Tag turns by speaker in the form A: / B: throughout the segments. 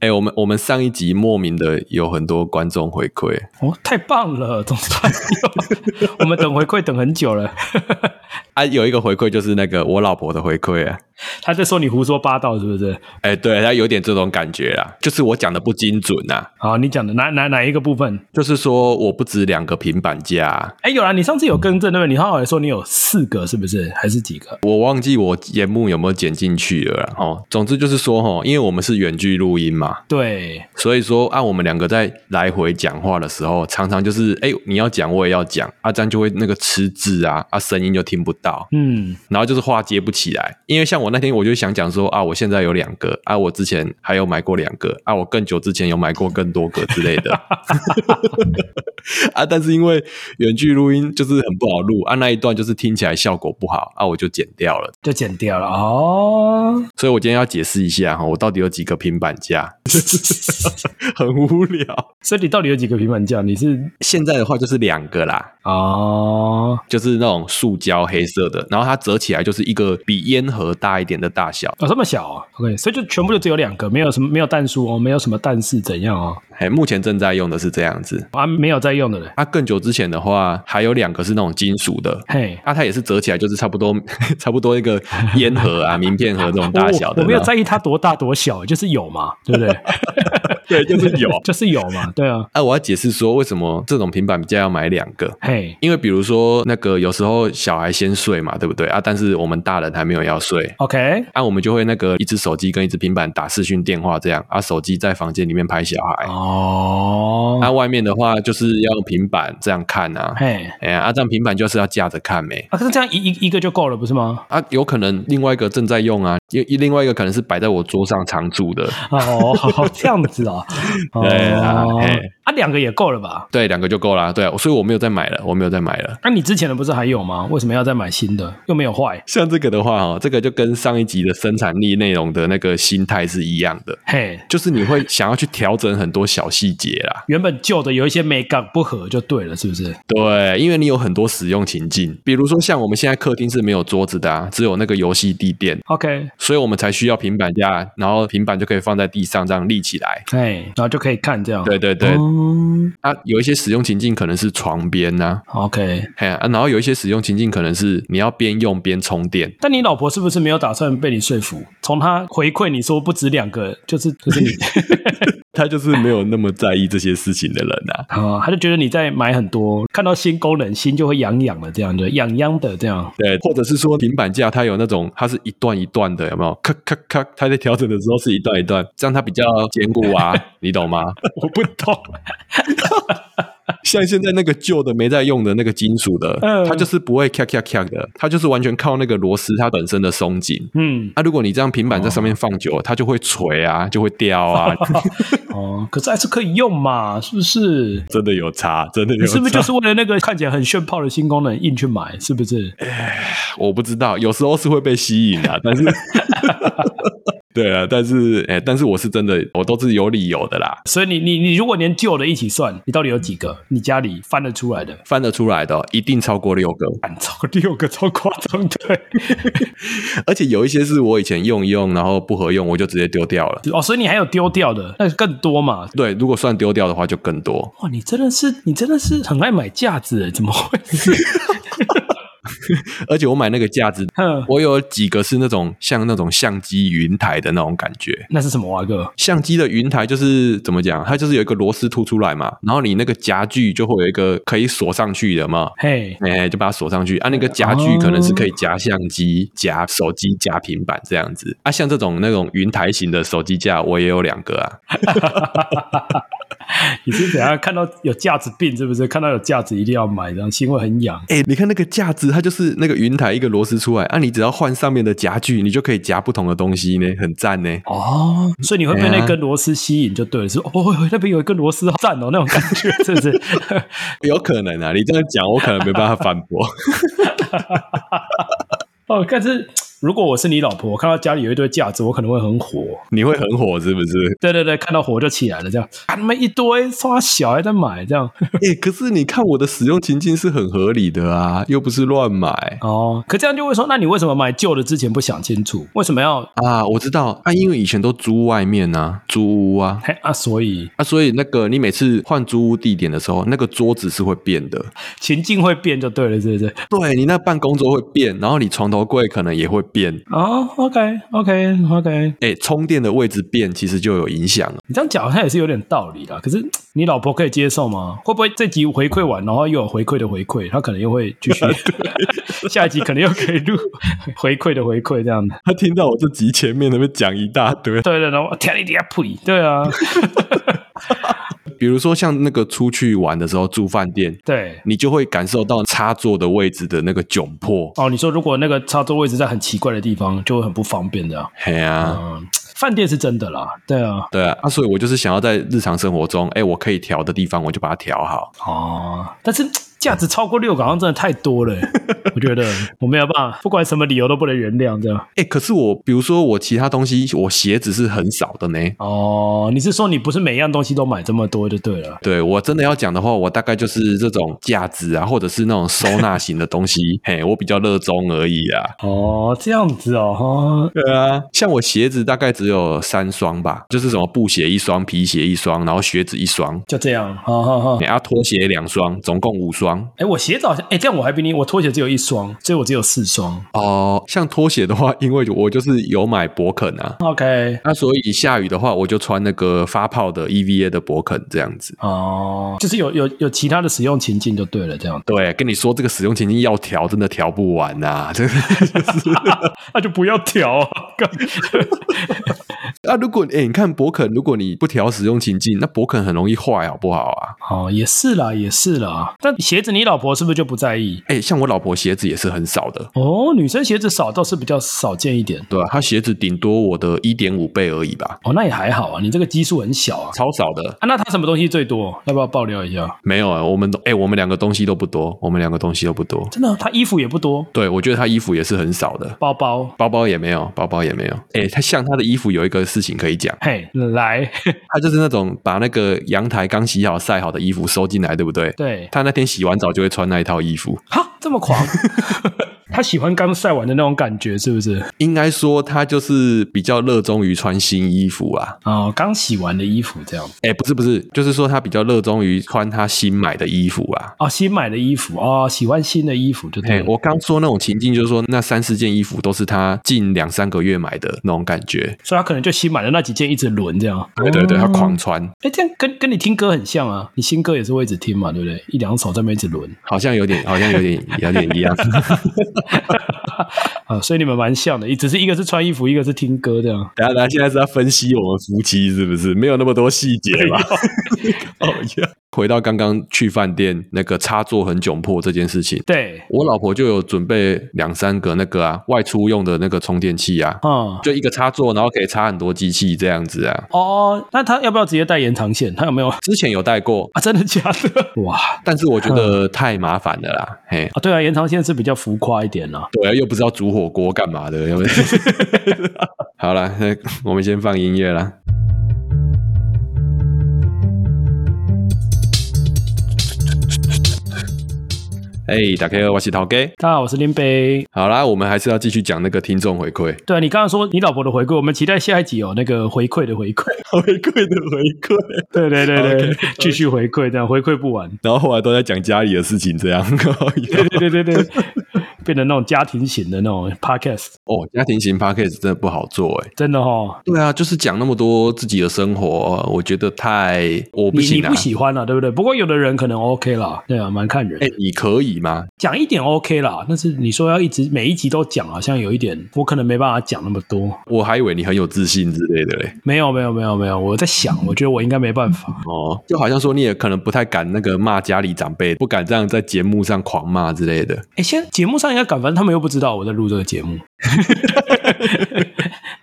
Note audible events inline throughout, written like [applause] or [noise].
A: 哎、我们我们上一集莫名的有很多观众回馈，
B: 哦，太棒了，总算有，我们等回馈等很久了。 [laughs]
A: 啊，有一个回馈就是那个我老婆的回馈啊，
B: 他在说你胡说八道是不是？
A: 哎、对她有点这种感觉啦，就是我讲的不精准啊，
B: 好，你讲的哪哪哪一个部分？
A: 就是说我不止两个平板架啊、
B: 哎，有啦，你上次有更正对不对？你好像说你有四个是不是？还是几个？
A: 我忘记我节目有没有剪进去了啦哦。总之就是说哦，因为我们是远距录音嘛，
B: 对，
A: 所以说啊，我们两个在来回讲话的时候，常常就是哎、你要讲我也要讲，啊，这样就会那个吃字啊，啊，声音就听不到，
B: 嗯，
A: 然后就是话接不起来。因为像我那天我就想讲说啊，我现在有两个啊，我之前还有买过两个啊，我更久之前有买过更多个之类的 [laughs] 啊，但是因为远距录音就是很不好录啊，那一段就是听起来效果不好啊，我就剪掉了。
B: 就剪掉了哦。
A: 所以我今天要解释一下哈，我到底有几个平板架， [laughs] 很无聊。
B: 所以你到底有几个平板架？你是
A: 现在的话就是两个啦，
B: 哦
A: 就是那种塑胶黑色的，然后它折起来就是一个比烟盒大一点的大小。
B: 哦这么小、哦、，OK，所以就全部就只有两个，没有什么没有蛋数哦，没有什么蛋是怎样哦，
A: 哎，目前正在用的是这样子。
B: 啊，没有在用的嘞。
A: 它、更久之前的话，还有两个是那种金属的。
B: 嘿，
A: 啊，它也是折起来，就是差不多 [laughs] 差不多一个烟盒啊、名片盒这种大小的
B: 哦我我没有
A: 那种
B: 在意它多大多小，就是有嘛，对不对？
A: 对，就是有。
B: [laughs] 就是有嘛，对啊，
A: [laughs] 啊，我要解释说为什么这种平板架要买两个。
B: 嘿，
A: 因为比如说那个有时候小孩先睡嘛，对不对啊？但是我们大人还没有要睡。
B: OK，
A: 啊，我们就会那个一只手机跟一只平板打视讯电话这样，啊，手机在房间里面拍小孩，
B: 哦，
A: 啊，外面的话就是要用平板这样看啊，
B: 嘿，
A: 哎呀，啊，这样平板就是要架着看没、
B: 啊，可是这样一一一个就够了，不是吗？
A: 啊，有可能另外一个正在用啊，因因另外一个可能是摆在我桌上常驻的，
B: 哦，这样子 [laughs] 啊，哦
A: 对啊嘿
B: 啊，两个也够了吧？啊
A: 对，两个就够啦，对啊，所以我没有再买了，我没有再买了。
B: 那、你之前的不是还有吗？为什么要再买新的？又没有坏，
A: 像这个的话哦，这个就跟上一集的生产力内容的那个心态是一样的，
B: 嘿，
A: 就是你会想要去调整很多小细节啦，
B: 原本旧的有一些美感不合就对了，是不是？
A: 对，因为你有很多使用情境，比如说像我们现在客厅是没有桌子的啊，只有那个游戏地垫，
B: OK，
A: 所以我们才需要平板架，然后平板就可以放在地上这样立起来。
B: 哎，然后就可以看这样，
A: 对对对，
B: 嗯
A: 啊，有一些使用情境可能是床边呐、
B: ，OK。
A: 嘿啊，然后有一些使用情境可能是你要边用边充电。
B: 但你老婆是不是没有打算被你说服？从她回馈你说不止两个，就是就是你，
A: 他就是没有那么在意这些事情的人啊。
B: 啊，她就觉得你在买很多，看到新功能，心就会痒痒的，这样就痒痒的这样。
A: 对，或者是说平板架它有那种它是一段一段的，有没有？咔咔咔，它在调整的时候是一段一段，这样它比较坚固
B: [laughs]
A: 啊，你懂吗？
B: [laughs] 我不懂，
A: 像现在那个旧的没在用的那个金属的，
B: 嗯
A: 它就是不会咔咔咔的，它就是完全靠那个螺丝它本身的松紧。
B: 嗯，
A: 啊，如果你这样平板在上面放久了，它就会垂啊，就会掉啊，
B: 哦，可是还是可以用嘛，是不是？
A: 真的有差，真的有
B: 你
A: 差。
B: 是不是就是为了那个看起来很炫炮的新功能硬去买？是不是？
A: 我不知道，有时候是会被吸引啊，但是，对啊，但是，哎、但是我是真的，我都是有理由的啦，
B: 所以你你你如果连旧的一起算，你到底有几个？你家里翻得出来的？
A: 翻得出来的哦、一定超过六个，
B: 敢超 [laughs] 六个超夸张对。
A: 而且有一些是我以前用一用，然后不合用，我就直接丢掉了。
B: 哦，所以你还有丢掉的，那更多嘛？
A: 对，如果算丢掉的话，就更多。
B: 哇，你真的是你真的是很爱买架子欸诶，怎么会 [laughs] 是？
A: 而且我买那个架子，
B: 哼
A: 我有几个是那种像那种相机云台的那种感觉。
B: 那是什么啊哥？
A: 相机的云台就是怎么讲，它就是有一个螺丝凸出来嘛，然后你那个夹具就会有一个可以锁上去的嘛，
B: 嘿、
A: 哎、就把它锁上去啊。那哦个夹具可能是可以夹相机、夹手机、夹平板这样子啊。像这种那种云台型的手机架，我也有两个啊。
B: 你是怎样看到有架子病是不是？看到有架子一定要买，这样心会很痒。
A: 哎、你看那个架子，它就是那个云台一个螺丝出来啊，你只要换上面的夹具，你就可以夹不同的东西呢，很赞呢。
B: 哦，所以你会被
A: 哎呀
B: 那根螺丝吸引就对了，说哦，那边有一根螺丝，好赞哦，那种感觉是不是？ [laughs]
A: 有可能啊，你这样讲，我可能没办法反驳。
B: 哦，但是如果我是你老婆，我看到家里有一堆架子，我可能会很火。
A: [laughs] 你会很火是不是？
B: 对对对，看到火就起来了，这样啊，他们一堆刷小还在买，这样
A: 哎、可是你看我的使用情境是很合理的啊，又不是乱买
B: 哦。可这样就会说，那你为什么买旧的之前不想清楚？为什么要
A: 啊。我知道啊，因为以前都租外面啊，租屋啊。
B: 嘿啊？所以
A: 啊，所以那个你每次换租屋地点的时候，那个桌子是会变的，
B: 情境会变就对了，是不是？
A: 对你那办公桌会变，然后你床头柜可能也会变，
B: 哦，OK OK OK，
A: 哎、充电的位置变其实就有影响了。
B: 你这样讲好像也是有点道理啦。可是你老婆可以接受吗？会不会这集回馈完，然后又有回馈的回馈，她可能又会继 [laughs] 续，下一集可能又可以录回馈的回馈这样的。
A: 他听到我这集前面那边讲一大堆，
B: 对对对，我天你爹呸！对 [laughs] 啊，
A: 比如说像那个出去玩的时候住饭店，
B: 对。
A: 你就会感受到插座的位置的那个窘迫。
B: 哦，你说如果那个插座位置在很奇怪的地方，就会很不方便的、啊。
A: 嘿啊，
B: 嗯，饭店是真的啦，对啊，
A: 对啊，啊，所以我就是想要在日常生活中，哎，我可以调的地方，我就把它调好。
B: 哦，但是价值超过六个好像真的太多了欸，我觉得我没有办法，不管什么理由都不能原谅这样。
A: 哎，可是我，比如说我其他东西，我鞋子是很少的呢。
B: 哦，你是说你不是每样东西都买这么多就对了？
A: 对我真的要讲的话，我大概就是这种架子啊，或者是那种收纳型的东西，嘿，我比较热衷而已啊。
B: 哦，这样子哦，哈
A: 对啊，像我鞋子大概只有三双吧，就是什么布鞋一双、皮鞋一双，然后靴子一双，
B: 就这样，哈哈哈
A: 你。要拖鞋两双，总共五双。
B: 哎，我鞋子好像，哎，这样我还比你，我拖鞋只有一双，所以我只有四双。
A: 哦，像拖鞋的话，因为我就是有买勃肯啊，
B: OK，
A: 那所以下雨的话，我就穿那个发泡的 EVA 的勃肯这样子。
B: 哦，就是有有有其他的使用情境就对了，这样，
A: 对，跟你说这个使用情境要调，真的调不完呐、真的。
B: 那就不要调啊。 [laughs] 干
A: 那、如果哎、你看勃肯，如果你不调使用情境，那勃肯很容易坏，好不好啊？
B: 哦，也是啦，也是啦。但鞋子，你老婆是不是就不在意？
A: 哎、像我老婆鞋子也是很少的，
B: 哦，女生鞋子少倒是比较少见一点。
A: 对吧、她鞋子顶多我的一点五倍而已吧，
B: 哦，那也还好啊，你这个基数很小啊。
A: 超少的。
B: 啊，那她什么东西最多？要不要爆料一下？
A: 没有啊，我们都哎、我们两个东西都不多，我们两个东西都不多。
B: 真的，她衣服也不多，
A: 对，我觉得她衣服也是很少的，
B: 包包。
A: 包包也没有，包包也没有。哎、她像她的衣服有一个事情可以讲，
B: 嘿，来， [laughs]
A: 她就是那种把那个阳台刚洗好晒好的衣服收进来，对不对？
B: 对，
A: 她那天洗完澡就会穿那一套衣服。
B: 哈，这么狂， [laughs] 她喜欢刚晒完的那种感觉，是不是？
A: 应该说她就是比较热衷于穿新衣服啊。
B: 哦，刚洗完的衣服这样。
A: 哎、不是不是，就是说她比较热衷于穿她新买的衣服啊。
B: 哦，新买的衣服哦，喜欢新的衣服就对
A: 嘿，
B: 了。
A: 我刚说那种情境，就是说那三四件衣服都是她近两三个月买的那种感觉。
B: 所以她可能就新买的那几件一直轮这样。
A: 对对对，
B: 哦
A: 她狂穿，
B: 哎，这样跟跟你听歌很像啊，你新歌也是会一直听嘛，对不对？一两首在那边一
A: [laughs]
B: 直轮 [laughs]
A: 好像有点，好像有点，有点 [laughs] 一样。
B: 啊，所以你们蛮像的，只是一个是穿衣服，一个是听歌这样。
A: 等下，等下，现在是要分析我们夫妻是不是？没有那么多细节吧？ [laughs] 哦呀，回到刚刚去饭店那个插座很窘迫这件事情，
B: 对，
A: 我老婆就有准备两三个那个啊外出用的那个充电器啊，
B: 嗯，
A: 就一个插座，然后可以插很多机器这样子啊。
B: 哦，那他要不要直接带延长线？他有没有啊？
A: 之前有带过，
B: 真的假的？哇！
A: 但是我觉得太麻烦了啦，嘿。
B: 啊，对啊，延长线是比较浮夸一点啦。
A: 对啊，又不知道煮火锅干嘛的，要不 [laughs] 然好了，那我们先放音乐啦。哎、打开我是陶哥。
B: 大家好，我是林北。
A: 好啦，我们还是要继续讲那个听众回馈，
B: 对啊，你刚刚说你老婆的回馈，我们期待下一集有那个回馈的回
A: [laughs]
B: 馈。
A: 回馈的回馈。
B: 对对对对
A: OK，OK
B: 继续回馈，这样回馈不完。
A: 然后后来都在讲家里的事情，这样。 [laughs]
B: 对对对对 [laughs] 对，变成那种家庭型的那种 podcast，
A: 哦，家庭型 podcast 真的不好做哎、
B: 真的哦。
A: 对啊，就是讲那么多自己的生活，呃我觉得太我不
B: 你你
A: 行啊
B: 不。喜欢啦，对不对？不过有的人可能 OK 啦，对啊，蛮看人。
A: 哎、你可以吗？
B: 讲一点 OK 啦，但是你说要一直每一集都讲，好像有一点，我可能没办法讲那么多。
A: 我还以为你很有自信之类的嘞。
B: 没有没有没有没有，我在想，
A: 嗯
B: 我觉得我应该没办法。
A: 哦，就好像说你也可能不太敢那个骂家里长辈，不敢这样在节目上狂骂之类的。
B: 哎，现在节目上应该敢，反正他们又不知道我在录这个节目。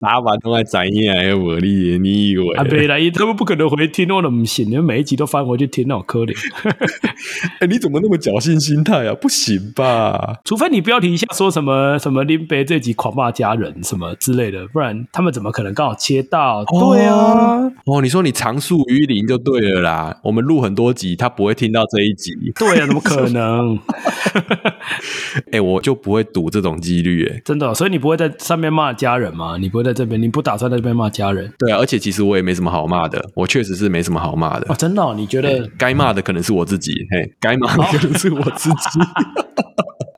A: 拿把通来宰你还有我力，你以为？
B: 啊，没啦，他们不可能回听，我不行，你们每一集都翻回去听，那我可怜。
A: 哎，你怎么那么侥幸心态啊？不行吧？
B: 除非你标题一下说什么什么林北这集狂骂家人什么之类的，不然他们怎么可能刚好切到？对啊，
A: 哦，你说你常数于零就对了啦。我们录很多集，他不会听到这一集。
B: 对啊，怎么可能？ [laughs]
A: 哎、我就不会赌这种几率、哎，
B: 真的哦、所以你不会在上面骂家人吗？你不会在这边，你不打算在这边骂家人
A: 对啊，而且其实我也没什么好骂的，我确实是没什么好骂的
B: 哦？。真的哦、你觉得
A: 该骂的可能是我自己，嘿，该骂的
B: 哦
A: 可能是我自
B: [laughs]
A: 己，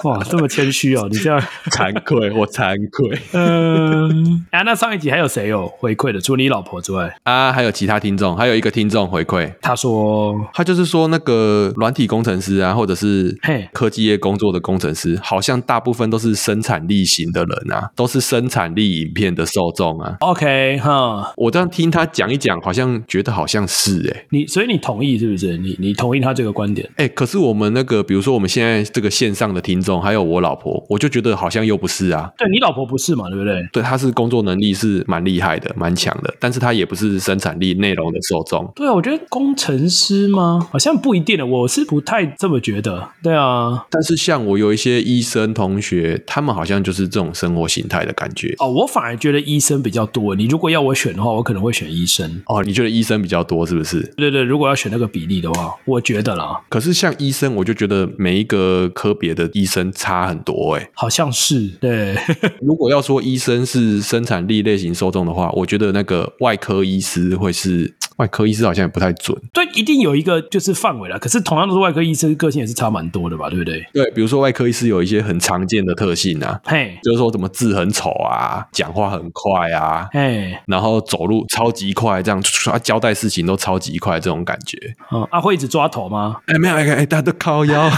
B: 哇这么谦虚 [laughs] 哦？你这样，
A: 惭愧，我惭愧
B: 嗯、啊，那上一集还有谁有回馈的？除了你老婆之外，
A: 啊！还有其他听众，还有一个听众回馈，
B: 他说
A: 他就是说那个软体工程师啊，或者是
B: 嘿
A: 科技业工作的工程师，好像大部分都是生产力型的人啊，都是生产力影片的受众啊。
B: OK 哈，
A: 我这样听他讲一讲，好像觉得好像是诶、欸
B: 你所以你同意是不是？你你同意他这个观点？
A: 哎、可是我们那个，比如说我们现在这个线上的听众，还有我老婆，我就觉得好像又不是啊。
B: 对你老婆不是嘛？对不对？
A: 对，她是工作能力是蛮厉害的，蛮强的，但是她也不是生产力内容的受众。
B: 对啊，我觉得工程师吗？好像不一定的，啊我是不太这么觉得。对啊，
A: 但是像我有一些医生同学，他们好像就是这种生活形态的感觉。
B: 哦，我反而觉得医生比较多。你如果要我选的话，我可能会选医生。
A: 哦，你觉得医生比较多是不是？
B: 对对，如果要选那个比例的话，我觉得啦，
A: 可是像医生，我就觉得每一个科别的医生差很多哎、
B: 好像是对 [laughs]
A: 如果要说医生是生产力类型受众的话，我觉得那个外科医师会是外科医师好像也不太准。
B: 对，一定有一个就是范围啦。可是同样都是外科医生，个性也是差蛮多的吧，对不对？
A: 对，比如说外科医师有一些很常见的特性啊，
B: 嘿，
A: 就是说怎么字很丑啊，讲话很快啊，
B: 嘿，
A: 然后走路超级快，这样他交代事情都超级快，这种感觉。
B: 嗯，啊，会一直抓头吗？
A: 哎，没有，哎，哎大家都靠 [laughs] 腰。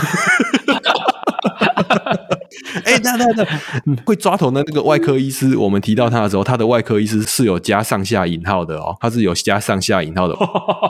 A: 哎，那那那会抓头的那个外科医师，我们提到他的时候，他的外科医师是有加上下引号的哦，他是有加上下引号的，哦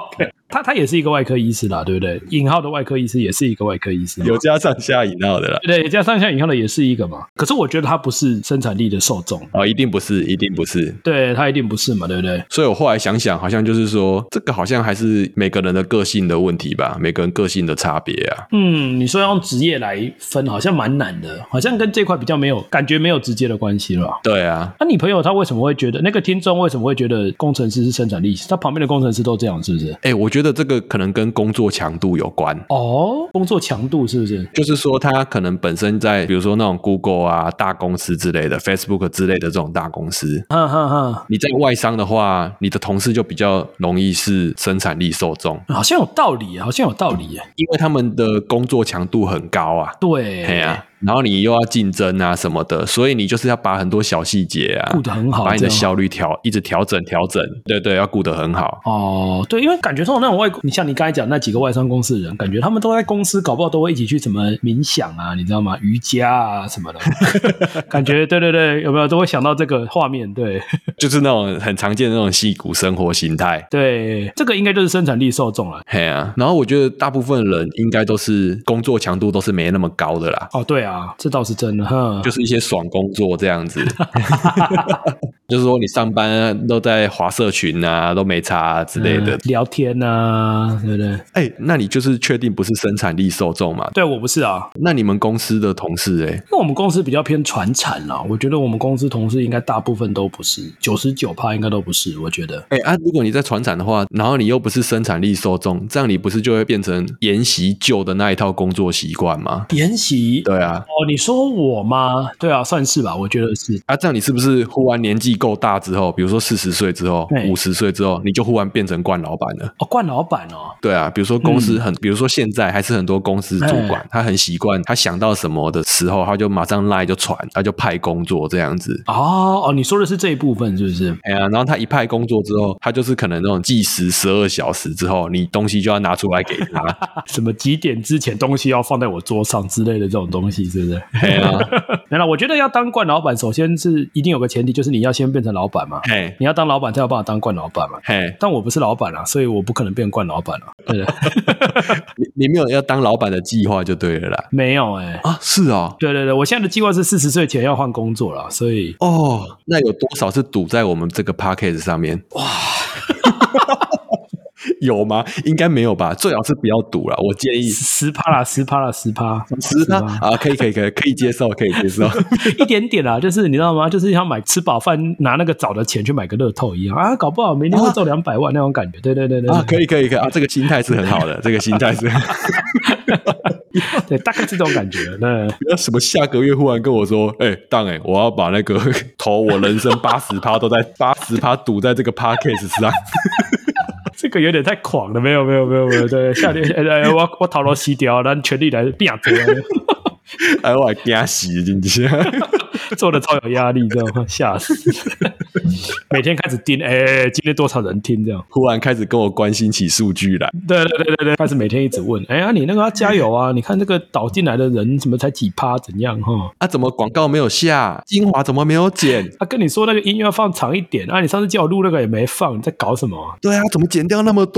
A: [laughs]
B: 他他也是一个外科医师啦，对不对？引号的外科医师也是一个外科医师嘛，
A: 有加上下引号的啦。
B: 对对，加上下引号的也是一个嘛。可是我觉得他不是生产力的受众，
A: 哦，一定不是，一定不是，
B: 对他一定不是嘛，对不对？
A: 所以我后来想想，好像就是说，这个好像还是每个人的个性的问题吧，每个人个性的差别啊。
B: 嗯，你说要用职业来分，好像蛮难的，好像跟这块比较没有感觉，没有直接的关系了。
A: 对啊，
B: 那、你朋友他为什么会觉得那个听众为什么会觉得工程师是生产力？他旁边的工程师都这样，是不是？
A: 哎、我觉得这个可能跟工作强度有关。
B: 哦，工作强度是不是？
A: 就是说，他可能本身在，比如说那种 Google 啊、大公司之类的、Facebook 之类的这种大公司，
B: 哈哈哈，
A: 你在外商的话，你的同事就比较容易是生产力受众，
B: 好像有道理，好像有道理耶。
A: 因为他们的工作强度很高啊。
B: 对，
A: 对啊，然后你又要竞争啊什么的，所以你就是要把很多小细节啊
B: 顾得很好
A: 把你
B: 这
A: 的
B: 样
A: 效率调一直调整调整，对对，要顾得很
B: [laughs]
A: 好。
B: 哦，对，因为感觉通常那种外国，你像你刚才讲那几个外商公司的人，感觉他们都在公司，搞不好都会一起去什么冥想啊，你知道吗？瑜伽啊
A: [laughs]
B: 什么的，感觉对对对，有没有都会想到这个画面？对
A: 就是那种很常见的那种戏骨生活形态。
B: 对，这个应该就是生产力受众了。
A: 嘿啊，然后我觉得大部分人应该都是工作强度都是没那么高的啦，
B: 哦，对啊，这倒是真的，哼，
A: 就是一些爽工作这样子。 [laughs] 就是说你上班都在划社群啊，都没差、啊、之类的
B: 嗯。聊天啊，对不对？
A: 哎、那你就是确定不是生产力受众嘛？
B: 对我不是啊，
A: 那你们公司的同事哎、
B: 因为我们公司比较偏传产啦，我觉得我们公司同事应该大部分都不是，九十九趴应该都不是，我觉得。
A: 哎、啊，如果你在船产的话，然后你又不是生产力受众，这样你不是就会变成沿袭旧的那一套工作习惯吗？
B: 研习
A: 对啊，
B: 哦，你说我吗？对啊，算是吧，我觉得是。
A: 啊，这样你是不是忽然年纪够大之后，比如说四十岁之后、
B: 对
A: 五十岁之后，你就忽然变成惯老板了？
B: 哦，冠老板哦，
A: 对啊，比如说公司很，比如说现在还是很多公司主管，他很习惯，他想到什么的时候，他就马上赖就传，他就派工作这样子。
B: 哦哦，你说的是这一部分是不是？
A: 哎呀，然后他一派工作之后，他就是可能那种计时十二小时之后，你东西就要拿出来给他。
B: 啊什么几点之前东西要放在我桌上之类的这种东西，是
A: [laughs]
B: 不是？
A: 嘿啊，
B: [laughs] 没了，我觉得要当惯老板，首先是一定有个前提，就是你要先变成老板嘛。
A: 嘿，
B: 你要当老板，才有办法当惯老板嘛。
A: 嘿，
B: 但我不是老板啊，所以我不可能变惯老板啊。对的，
A: 你你没有要当老板的计划就对了啦。
B: [laughs] 没有哎、
A: 啊，是哦，
B: 对对对，我现在的计划是四十岁前要换工作了，所以
A: 哦，那有多少是赌在我们这个 p a c k a g e 上面？哇， [laughs] 有吗？应该没有吧，最好是不要赌了。我建议
B: 十趴啦，十趴啦，十趴，
A: 十趴啊，可以可以可以可以接受，可以接受。啊
B: [laughs] 一点点啦，就是你知道吗？就是像买吃饱饭拿那个找的钱去买个乐透一样啊，搞不好明天会中两百万那种感觉。对对对对
A: 哦啊，可以可以可以啊，这个心态是很好的，这个心态是。
B: 对，大概是这种感觉。那
A: 不要什么下个月忽然跟我说，哎、欸，当哎、我要把那个投我人生八十趴都在八十趴赌在这个 p a c k a g e 上。
B: 这个有点太狂了，没有没有没有没有，
A: [laughs]
B: 对，下年呃、哎我我讨论西雕，咱全力来 [laughs] 变折，
A: 哎，我还惊死，真的是。
B: 做的超有压力，这样吗？吓死！ [laughs] 每天开始盯，哎、今天多少人听这样？
A: 忽然开始跟我关心起数据来，
B: 对对对对对，开始每天一直问，哎、呀，你那个要加油啊！你看那个导进来的人什么才几趴，怎样哈？
A: 啊，怎么广告没有下？精华怎么没有剪？
B: 他、啊跟你说那个音乐要放长一点啊！你上次叫我录那个也没放，你在搞什么啊？
A: 对啊，怎么剪掉那么多？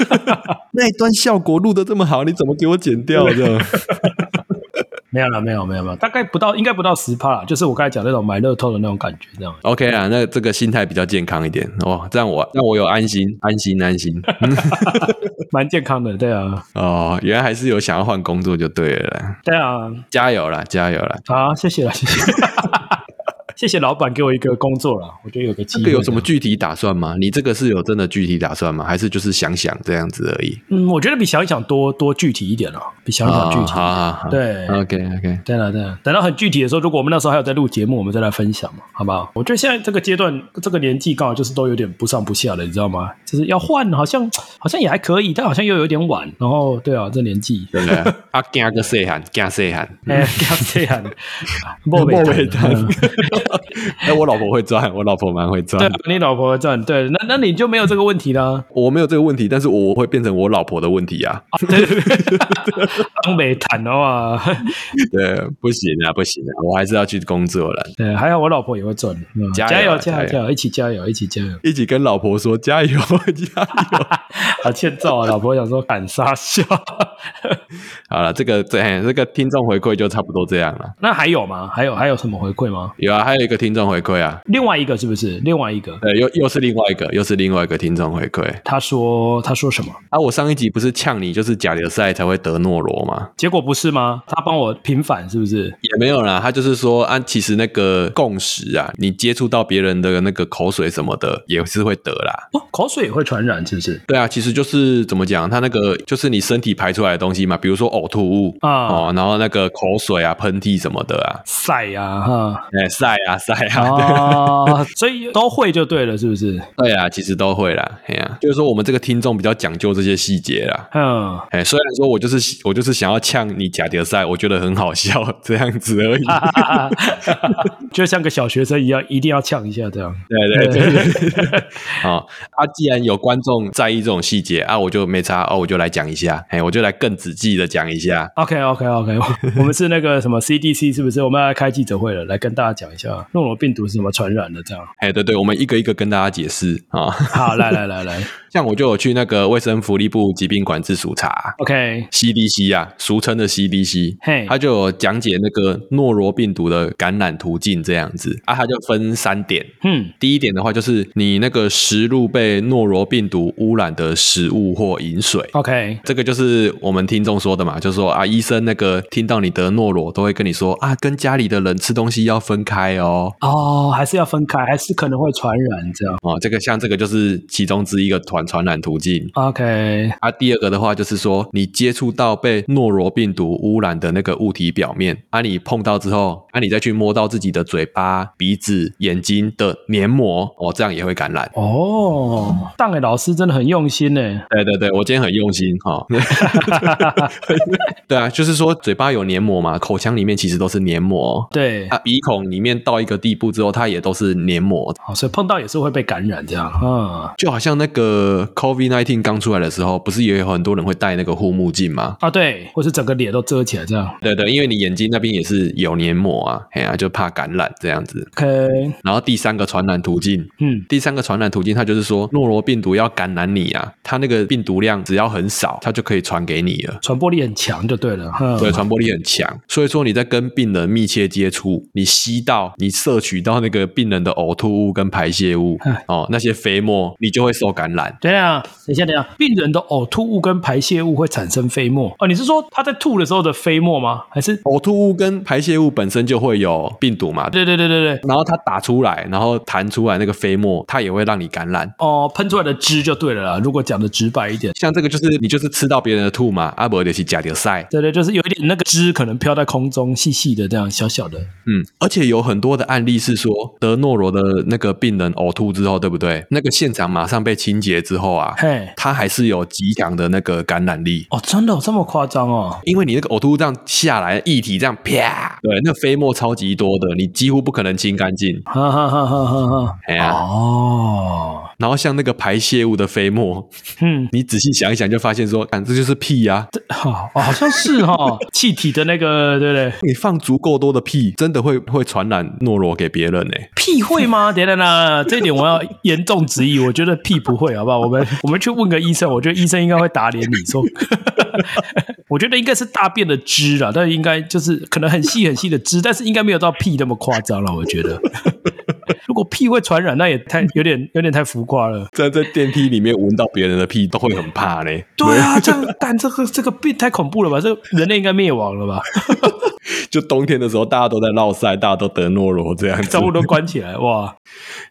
A: [laughs] 那一段效果录的这么好，你怎么给我剪掉的？
B: 没有了，没有没有没有，大概不到，应该不到十趴啦，就是我刚才讲那种买乐透的那种感觉，这样。
A: OK 啊，那这个心态比较健康一点哦，这样我让我有安心，安心，安心。 [laughs]
B: 蛮健康的，对啊，
A: 哦，原来还是有想要换工作就对了啦，
B: 对啊，
A: 加油啦，加油啦！
B: 好，谢谢了，谢谢， [laughs] 谢谢老板给我一个工作了，我觉得有个机
A: 这
B: 会。啊
A: 个有什么？具体打算吗？你这个是有真的具体打算吗？还是就是想想这样子而已？
B: 嗯，我觉得比想一想多多具体一点了，比想一想具
A: 哦
B: 体。
A: 好好好，
B: 对
A: ，OK
B: [laughs]
A: OK，
B: 对了，对了，等到很具体的时候，如果我们那时候还有在录节目，我们再来分享嘛，好不好？我觉得现在这个阶段，这个年纪刚好就是都有点不上不下了，你知道吗？就是要换，好像好像也还可以，但好像又有点晚。然后，对啊，这年纪，
A: 对不对？啊，惊个细汉，惊细汉。
B: [laughs] 哎，不要这样， [laughs] 莫
A: 莫
B: 伟
A: 伟
B: 丹
A: 丹， [laughs] 哎，我老婆会赚，我老婆蛮会
B: [laughs] 对
A: 赚
B: 啊。，你老婆赚，对，那那你就没有这个问题啦。 [laughs]
A: 我没有这个问题，但是我会变成我老婆的问题啊。
B: 东北啊谈的话，
A: 对，不行啊，不行啊，我还是要去工作了。
B: [laughs] 对，还好我老婆也会赚，嗯
A: 加
B: 加
A: 油啊
B: 加
A: 加油。
B: 油加油，一起加油，一起加油
A: 一起跟老婆说加油， [laughs] 加油！
B: 好欠揍啊！老婆想说敢撒笑，
A: 好了，这个这嘿这个听众回馈就差不多这样了。
B: 那还有吗？还有还有什么回馈吗？
A: 有啊，还有一个听众回馈啊，
B: 另外一个是不是？另外一个，
A: 对，又又是另外一个，又是另外一个听众回馈
B: 他说他说什么？
A: 啊。我上一集不是呛你，就是假流赛才会得诺罗吗？
B: 结果不是吗？他帮我平反是不是？
A: 也没有啦，他就是说啊，其实那个共识啊，你接触到别人的那个口水什么的，也是会得啦。
B: 哦，口水也会传染是不是？
A: 对啊，其实就是怎么讲，它那个就是你身体排出来的东西嘛，比如说呕吐物
B: 啊
A: 哦，然后那个口水啊、喷嚏什么的啊，
B: 晒呀、啊、
A: 哎，晒啊晒
B: 哈
A: [laughs] 啊，
B: 哦，所以都会就对了是不是？
A: 对啊，其实都会啦，哎呀、就是说我们这个听众比较讲究这些细节啦。
B: 嗯，
A: 哎，虽然说我就是我就是想要呛你假德赛，我觉得很好笑这样子而已。
B: 就像个小学生一样，一定要呛一下这样。
A: 对对对对对。 [laughs] 好啊，既然有观众在意这种细节啊，我就没差哦，我就来讲一下，哎，我就来更仔细的讲一下。
B: OK OK OK，我 [laughs] 们是那个什么 CDC 是不是？我们要来开记者会了，来跟大家讲一下诺罗病毒是怎么传染的。这样，
A: 哎，对对，我们一个一个跟大家解释啊。
B: 好，来来来来
A: [laughs] 像我就有去那个卫生福利部疾病管制署查，
B: ，OK，
A: CDC 啊，俗称的 CDC，
B: 嘿
A: 它就有讲解那个诺罗病毒的感染途径这样子啊，它就分三点。
B: 嗯
A: 第一点的话，就是你那个食入被诺罗病毒污染的食物或饮水。
B: ，OK，
A: 这个就是我们听众说的嘛，就说啊，医生那个听到你得诺罗，都会跟你说啊，跟家里的人吃东西要分开哦。
B: 哦，还是要分开，还是可能会传染这样。
A: 哦，这个像这个就是其中之一个传传染途径。
B: OK，
A: 啊，第二个的话就是说，你接触到被诺罗病毒污染的那个物体表面，啊，你碰到之后，啊，你再去摸到自己的嘴巴、鼻子、眼睛的黏膜，哦，这样也会感染。
B: 哦，当给老师真的很用心呢。
A: 对对对，我今天很用心哈。哦、对啊，就是说嘴巴有黏膜嘛，口腔里面其实都是黏膜，
B: 对，
A: 啊，鼻孔里面到一个地步之后，它也都是黏膜，
B: 好，所以碰到也是会被感染这样。嗯，
A: 就好像那个个 COVID nineteen 刚出来的时候，不是也有很多人会戴那个护目镜吗？
B: 啊，对，或是整个脸都遮起来这样。
A: 对对，因为你眼睛那边也是有黏膜啊，哎呀、就怕感染这样子。
B: OK，
A: 然后第三个传染途径，
B: 嗯，
A: 第三个传染途径，它就是说诺罗病毒要感染你啊，它那个病毒量只要很少，它就可以传给你了。
B: 传播力很强就对了。嗯，
A: 对，传播力很强，所以说你在跟病人密切接触，你吸到、你摄取到那个病人的呕吐物跟排泄物
B: 哎，
A: 哦，那些肥沫，你就会受感染。
B: 等一下，等一下，等一下，病人的呕吐物跟排泄物会产生飞沫哦？你是说他在吐的时候的飞沫吗？还是？
A: 呕吐物跟排泄物本身就会有病毒嘛，
B: 对对对对对，
A: 然后它打出来，然后弹出来那个飞沫，它也会让你感染。
B: 哦，喷出来的汁就对了啦。如果讲的直白一点，
A: 像这个就是你就是吃到别人的吐嘛，啊阿伯得去加点塞，
B: 对对，就是有一点那个汁可能飘在空中，细细的这样，小小的。
A: 嗯，而且有很多的案例是说得诺罗的那个病人呕吐之后，对不对？那个现场马上被清洁之后啊，
B: 嘿，
A: 它还是有极强的那个感染力。
B: 哦，真的、哦、这么夸张哦？
A: 因为你那个呕吐物这样下来，液体这样啪，对，那飞沫超级多的，你几乎不可能清干净。
B: 哈哈哈哈哈哈！
A: 哎呀、
B: 哦，
A: 然后像那个排泄物的飞沫，
B: 嗯，
A: 你仔细想一想，就发现说，啊，这就是屁呀、
B: 好、哦，好像是 [laughs] 哦，气体的那个，对不对？
A: 你放足够多的屁，真的会会传染诺罗给别人呢、
B: 屁会吗？ [laughs] 等等啦，这一点我要严重质疑。我觉得屁不会，好不好？我 [laughs] 们我们去问个医生，我觉得医生应该会打脸你 [laughs] 说。我觉得应该是大便的汁啦，但应该就是可能很细很细的汁，但是应该没有到屁那么夸张了。我觉 [laughs] 得，如果屁会传染，那也太有点有点太浮夸了。
A: 站在电梯里面闻到别人的屁，都会很怕嘞。
B: 对 [laughs] 啊，这样但这个这个病太恐怖了吧？这个人类应该灭亡了吧？
A: [laughs] 就冬天的时候，大家都在闹晒，大家都得诺罗这样
B: [laughs]
A: 子
B: 全。部都关起来，哇！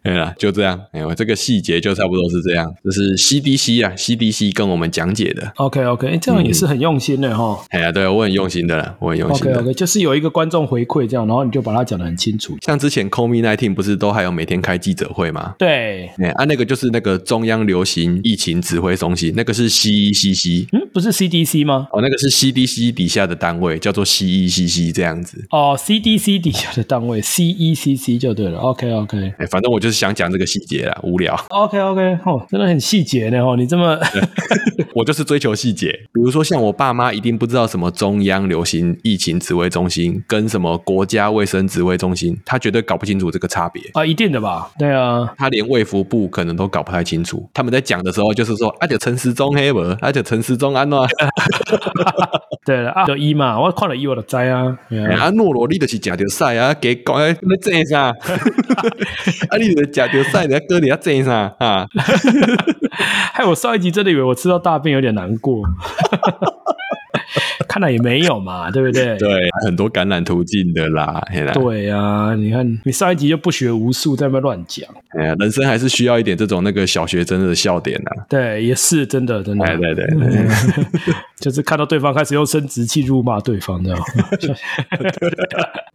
A: 对啦，就这样。哎，我这个细节就差不多是这样，这是 CDC 啊，CDC 跟我们讲解的。
B: OK OK，、这样也是很用心的哈。
A: 哎呀，对我很用心的啦，我很用心
B: OK
A: 的。
B: OK，就是嗯有一个观众回馈这样，然后你就把它讲得很清楚。
A: 像之前 COVID nineteen 不是都还有每天开记者会吗？
B: 对，
A: 哎、啊，那个就是那个中央流行疫情指挥中心，那个是 CECC
B: 嗯，不是 CDC 吗？
A: 哦，那个是 CDC 底下的单位，叫做 CECC 这样子。
B: 哦，CDC 底下的单位 CECC 就对了。OK OK
A: 哎、反正我就是想讲这个细节啦，无聊，
B: OK OK，哦，真的很细节呢哦，你这么
A: 我就是追求细节。比如说，像我爸妈一定不知道什么中央流行疫情指挥中心跟什么国家卫生指挥中心，他绝对搞不清楚这个差别。
B: [laughs] 啊，一定的吧？对啊，
A: 他连卫福部可能都搞不太清楚。他们在讲的时候，就是说，而且陈时中黑文，而且陈时中
B: [laughs]
A: 安诺，
B: 对了啊，就一嘛，我看了一我的灾啊，对啊
A: 啊诺罗你就是假球赛啊，给讲哎，那这一下， [laughs] 啊你就是假球赛，你要哥你要这一下啊，
B: 害我上一集真的以为我吃到大便有点难过， [laughs] 看来也没有嘛，对不对？
A: 对，很多感染途径的啦，嘿啦，
B: 对啊，你看你上一集就不学无术，在那边乱讲，
A: 哎呀人生还是需要一点这种那个小学生的笑点啊，
B: 对，也是真的，真的。
A: 哎对对对，
B: [laughs] 就是看到对方开始用生殖器辱骂对方，这样 [laughs]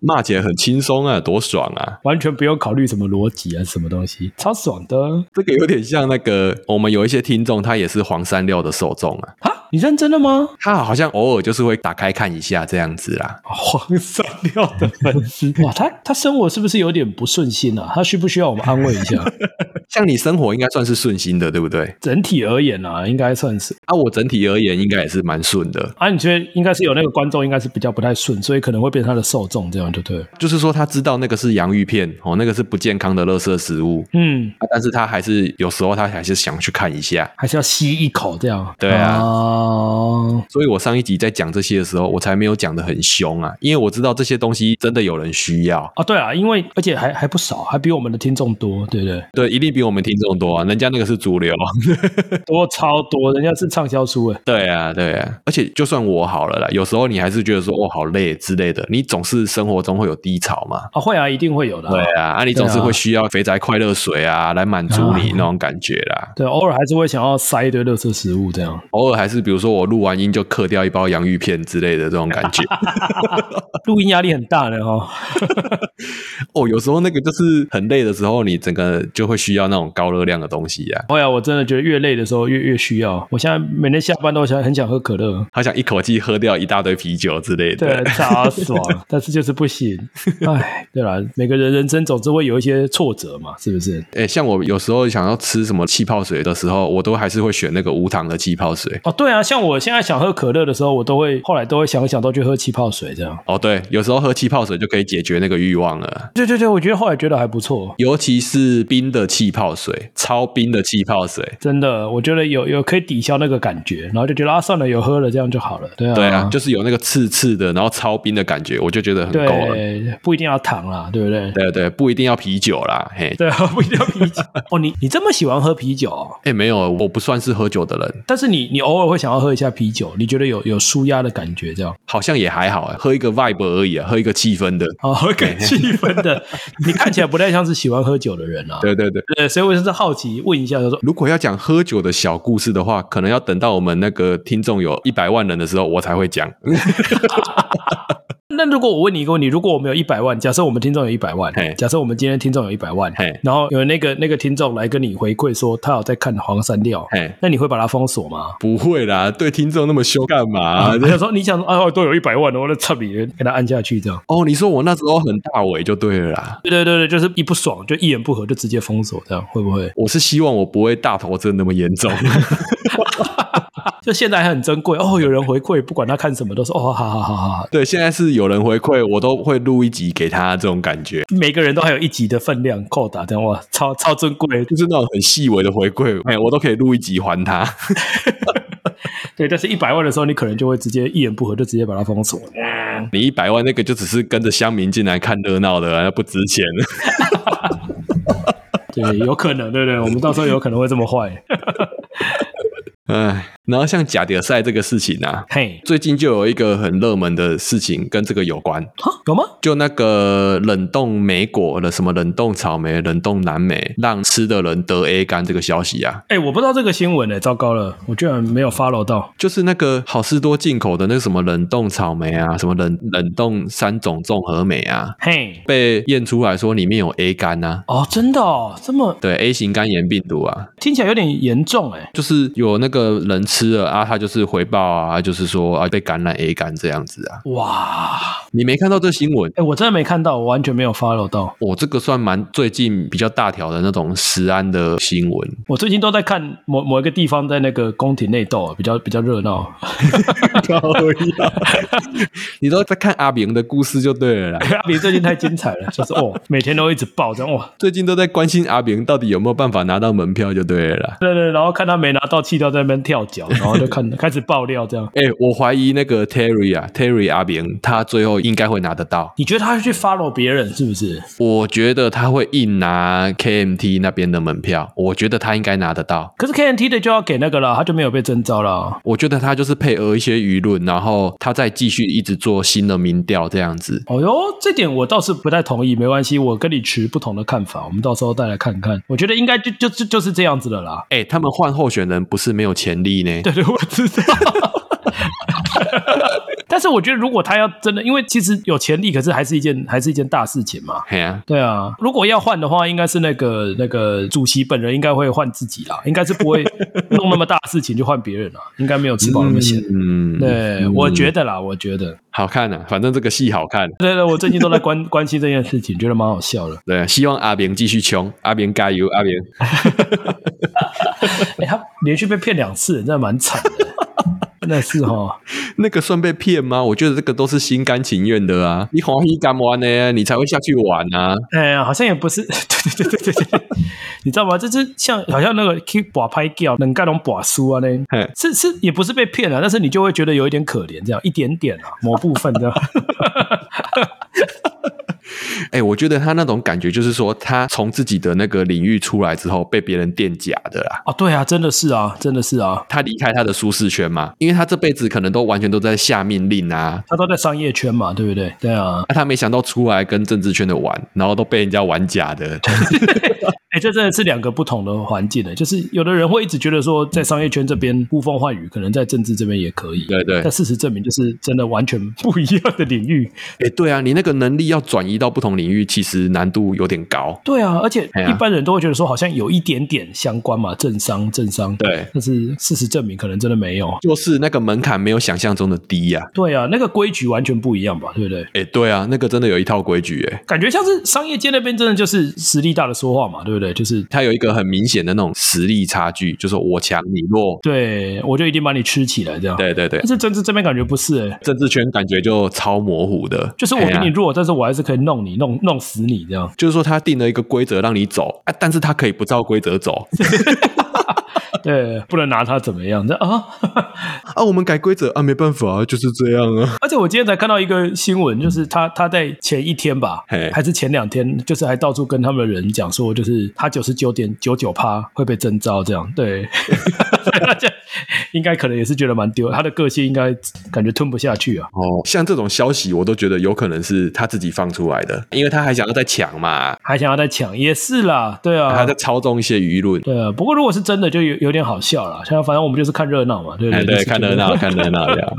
A: 骂起来很轻松啊，多爽啊！
B: 完全不用考虑什么逻辑啊，什么东西，超爽的
A: 这个有点像那个我们有一些听众，他也是黄山料的受众啊，
B: 啊！你认真的吗？
A: 他好像偶尔就是会打开看一下这样子啦。
B: 哦黄山料的粉丝 [laughs] 哇，他他生活是不是有点不顺心啊？他需不需要我们安慰一下？ [laughs]
A: 像你生活应该算是顺心的，对不对？
B: 整体而言啊，应该算是
A: 啊，我整体而言应该也是蛮顺的，
B: 啊，你觉得应该是有那个观众应该是比较不太顺，所以可能会变成他的受众，这样就对了。
A: 就是说他知道那个是洋芋片哦，那个是不健康的垃圾食物，
B: 嗯，
A: 啊但是他还是有时候他还是想去看一下。
B: 还是要吸一口这样。
A: 对啊
B: 哦
A: 所以我上一集在讲这些的时候，我才没有讲得很凶啊，因为我知道这些东西真的有人需要，
B: 啊，对啊，因为而且还还不少，还比我们的听众多，对
A: [laughs]
B: 不对？
A: 对，一定比我们听众多啊，人家那个是主流，
B: 多超多，人家是畅销书哎。
A: 对啊，对啊，而且就算我好了啦，有时候你还是觉得说哦好累之类的，你总是生活中会有低潮嘛，
B: 啊，会啊，一定会有的、
A: 对。啊，啊，你总是会需要肥宅快乐水啊，来满足你那种感觉啦。
B: 对，偶尔还是会想要塞一堆垃圾食物这样。
A: [laughs] 偶尔还是比比如说我录完音就嗑掉一包洋芋片之类的这种感 [laughs] 觉。
B: 录音压力很大的哦。
A: 哦，有时候那个就是很累的时候，你整个就会需要那种高热量的东西啊呀、
B: 哎呀，我真的觉得越累的时候越越需要。我现在每天下班都想很想喝可乐，
A: 好想一口气喝掉一大堆啤酒之类
B: 对
A: 的。，
B: 超
A: [laughs]
B: 爽，但是就是不行。哎，对啦，每个人人生总是会有一些挫折嘛，是不是？
A: 哎、像我有时候想要吃什么气泡水的时候，我都还是会选那个无糖的气泡水。
B: 哦，对啊，像我现在想喝可乐的时候，我都会后来都会想一想都去喝气泡水这样。
A: 哦，对，有时候喝气泡水就可以解决那个欲望了，
B: 对对对，我觉得后来觉得还不错。
A: 尤其是冰的气泡水，超冰的气泡水。
B: 真的，我觉得有有可以抵消那个感觉，然后就觉得啊，算了，有喝了这样就好了，对啊，
A: 对啊，就是有那个刺刺的，然后超冰的感觉，我就觉得很够了。
B: 对，不一定要糖啦，对不对？
A: 对对，不一定要啤酒啦，嘿。
B: 对啊， [laughs] 不一定要啤酒。哦，你你这么喜欢喝啤酒、哦，
A: 哎，没有，我不算是喝酒的人，
B: 但是你你偶尔会想要喝一下啤酒，你觉得有有舒压的感觉这样
A: 好像也还好，喝一个 vibe 而已啊，喝一个气氛的。
B: 啊，很给气氛
A: [laughs]
B: 的。你看起来不太像是喜欢喝酒的人啊。
A: 对对对，
B: 对，所以我就是好奇问一下，他说
A: 如果要讲喝酒的小故事的话，可能要等到我们那个听众有一百万人的时候，我才会讲。
B: 那如果我问你一个问题，如果我们有一百万，假设我们听众有一百万
A: 嘿，
B: 假设我们今天听众有一百万
A: 嘿，
B: 然后有那个那个听众来跟你回馈说他有在看黄山料
A: 嘿，
B: 那你会把他封锁吗？
A: 不会啦，对听众那么凶干嘛、
B: [laughs] 啊，他说你想说哦，都有一百万了，我那操你，给他按下去这样。
A: 哦，你说我那时候很大尾就对了啦。
B: 对对对对，就是一不爽就一言不合就直接封锁，这样会不会？
A: 我是希望我不会大头针那么严重。
B: 就现在还很珍贵哦，有人回馈，不管他看什么都说哦，好好好好好，
A: 对，现在是有人回馈，我都会录一集给他这种感觉，
B: 每个人都还有一集的分量扣打，这样哇，超超珍贵。
A: 就是那种很细微的回馈，哎，我都可以录一集还他。
B: 对，但是一百万的时候，你可能就会直接一言不合就直接把它封锁。
A: 你一百万那个就只是跟着乡民进来看热闹的，那不值钱。 [laughs]
B: 对，有可能，对不对？我们到时候有可能会这么坏。
A: 哎，然后像假屌赛这个事情啊，
B: [laughs] 嘿，
A: 最近就有一个很热门的事情跟这个有关，
B: 哈啊有吗？
A: 就那个冷冻莓果的什么冷冻草莓、冷冻蓝莓，让吃的人得 A 肝这个消息啊，
B: 哎、我不知道这个新闻哎、糟糕了，我居然没有 follow 到。
A: 就是那个好事多进口的那个什么冷冻草莓啊，什么冷冷冻三种综合莓啊，
B: 嘿，
A: 被验出来说里面有 A 肝啊，
B: 哦，真的哦，这么
A: 对 A 型肝炎病毒啊，
B: 听起来有点严重哎、
A: 就是有那个人吃了啊，他就是回报啊，就是说啊被感染 A 肝这样子啊，
B: 哇，
A: 你没看到这新闻？
B: 哎、我真的没看到，我完全没有 follow 到。
A: 我、这个算蛮最近比较大条的那种食安的新闻，
B: 我最近都在看某某一个地方在那个宫廷内斗，比较比较热闹。 [laughs]
A: [laughs] 你都在看阿明的故事就对了啦。
B: 阿比最近太精彩了， [laughs] 就是哦，每天都一直爆这样哦哇，
A: 最近都在关心阿明到底有没有办法拿到门票就对了啦。
B: 对对，然后看他没拿到，气到在那边跳脚，然后就看 [laughs] 开始爆料这样。
A: 哎、我怀疑那个 Terry 啊，Terry 阿明，他最后应该会拿得到。
B: 你觉得他是去 follow 别人是不是？
A: 我觉得他会硬拿 KMT 那边的门票，我觉得他应该拿得到。
B: 可是 KNT 的就要给那个了，他就没有被征召了。
A: 我觉得他就是配合一些舆论，然后他再继续一直做新的民调这样子。
B: 哦哟，这点我倒是不太同意，没关系，我跟你持不同的看法，我们到时候再来看看。我觉得应该就就就就是这样子的啦。
A: 哎、他们换候选人不是没有潜力呢？
B: 对对，我知道。 [laughs] 但是我觉得，如果他要真的，因为其实有潜力，可是还是一件还是一件大事情嘛。
A: 嘿啊，
B: 对啊，如果要换的话，应该是那个那个主席本人应该会换自己啦，应该是不会弄那么大事情就换别人啦，应该没有吃饱那么闲。
A: 嗯，
B: 对，我觉得啦，我觉得，
A: 好看啊，反正这个戏好看。
B: 对对，我最近都在关关心这件事情，觉得蛮好笑的。
A: 对，希望阿明继续穷，阿明加油，阿明。 [laughs]
B: 哎，他连续被骗两次，真的蛮惨的，真的是哈。
A: 那个算被骗吗？我觉得这个都是心甘情愿的啊，你欢喜干嘛呢？你才会下去玩啊。
B: 哎呀，好像也不是，对对对对对对，你知道吗？这是像好像那个去把拍掉，能盖龙把输啊呢
A: 嘿，
B: 是是也不是被骗了、但是你就会觉得有一点可怜，这样一点点啊，某部分这样。
A: 哎、我觉得他那种感觉就是说，他从自己的那个领域出来之后，被别人垫假的啦。
B: 哦，对啊，真的是啊，真的是啊，
A: 他离开他的舒适圈嘛，因为他这辈子可能都完全都在下命令啊。
B: 他都在商业圈嘛，对不对？对啊，
A: 啊、他没想到出来跟政治圈的玩，然后都被人家玩假的。
B: 哎、这真的是两个不同的环境的。就是有的人会一直觉得说，在商业圈这边呼风唤雨，可能在政治这边也可以。
A: 对对
B: [laughs] 但事实证明，就是真的完全不一样的领域。
A: 哎、对啊，你那个能力要转移到不同领域，其实难度有点高。
B: 对啊，而且
A: 哎呀
B: 一般人都会觉得说，好像有一点点相关嘛，政商政商。
A: 对
B: 但是事实证明，可能真的没有。
A: 就是那个门槛没有想象中的低呀、啊。
B: 对啊，那个规矩完全不一样吧，对不对？
A: 哎、对啊，那个真的有一套规矩、哎，
B: 感觉像是商业界那边真的就是实力大的说话嘛，对不对？就是
A: 它有一个很明显的那种实力差距，就是我强你
B: [laughs]
A: 弱。
B: 对我就一定把你吃起来这样。，
A: 对对对
B: 但，是政治这边感觉不是、欸，
A: 政治圈感觉就超模糊的，
B: 就是我比
A: 哎
B: 你
A: 呀。
B: 弱，但是我还是可以弄你，弄弄死你这样
A: 就是说他定了一个规则让你走啊，但是他可以不照规则走
B: 对，不能拿他怎么样这啊。
A: [laughs] 啊。我们改规则啊，没办法啊，就是这样啊。
B: 而且我今天才看到一个新闻，就是他他在前一天吧
A: 嘿，
B: 还是前两天，就是还到处跟他们的人讲说，就是他九十九点九九趴会被征召这样。对，所以大家应该可能也是觉得蛮丢，他的个性应该感觉吞不下去啊。
A: 哦，像这种消息我都觉得有可能是他自己放出来的，因为他还想要再抢嘛，
B: 还想要再抢，也是啦，对
A: 他
B: 啊
A: 在，操纵一些舆论。
B: 对啊。不过如果是真的，就有有点好笑啦。像反正我们就是看热闹嘛，对不
A: 哎，
B: 对？就
A: 对，
B: 是
A: 看
B: 觉
A: 热
B: 得
A: 闹，看热闹这样。 [laughs]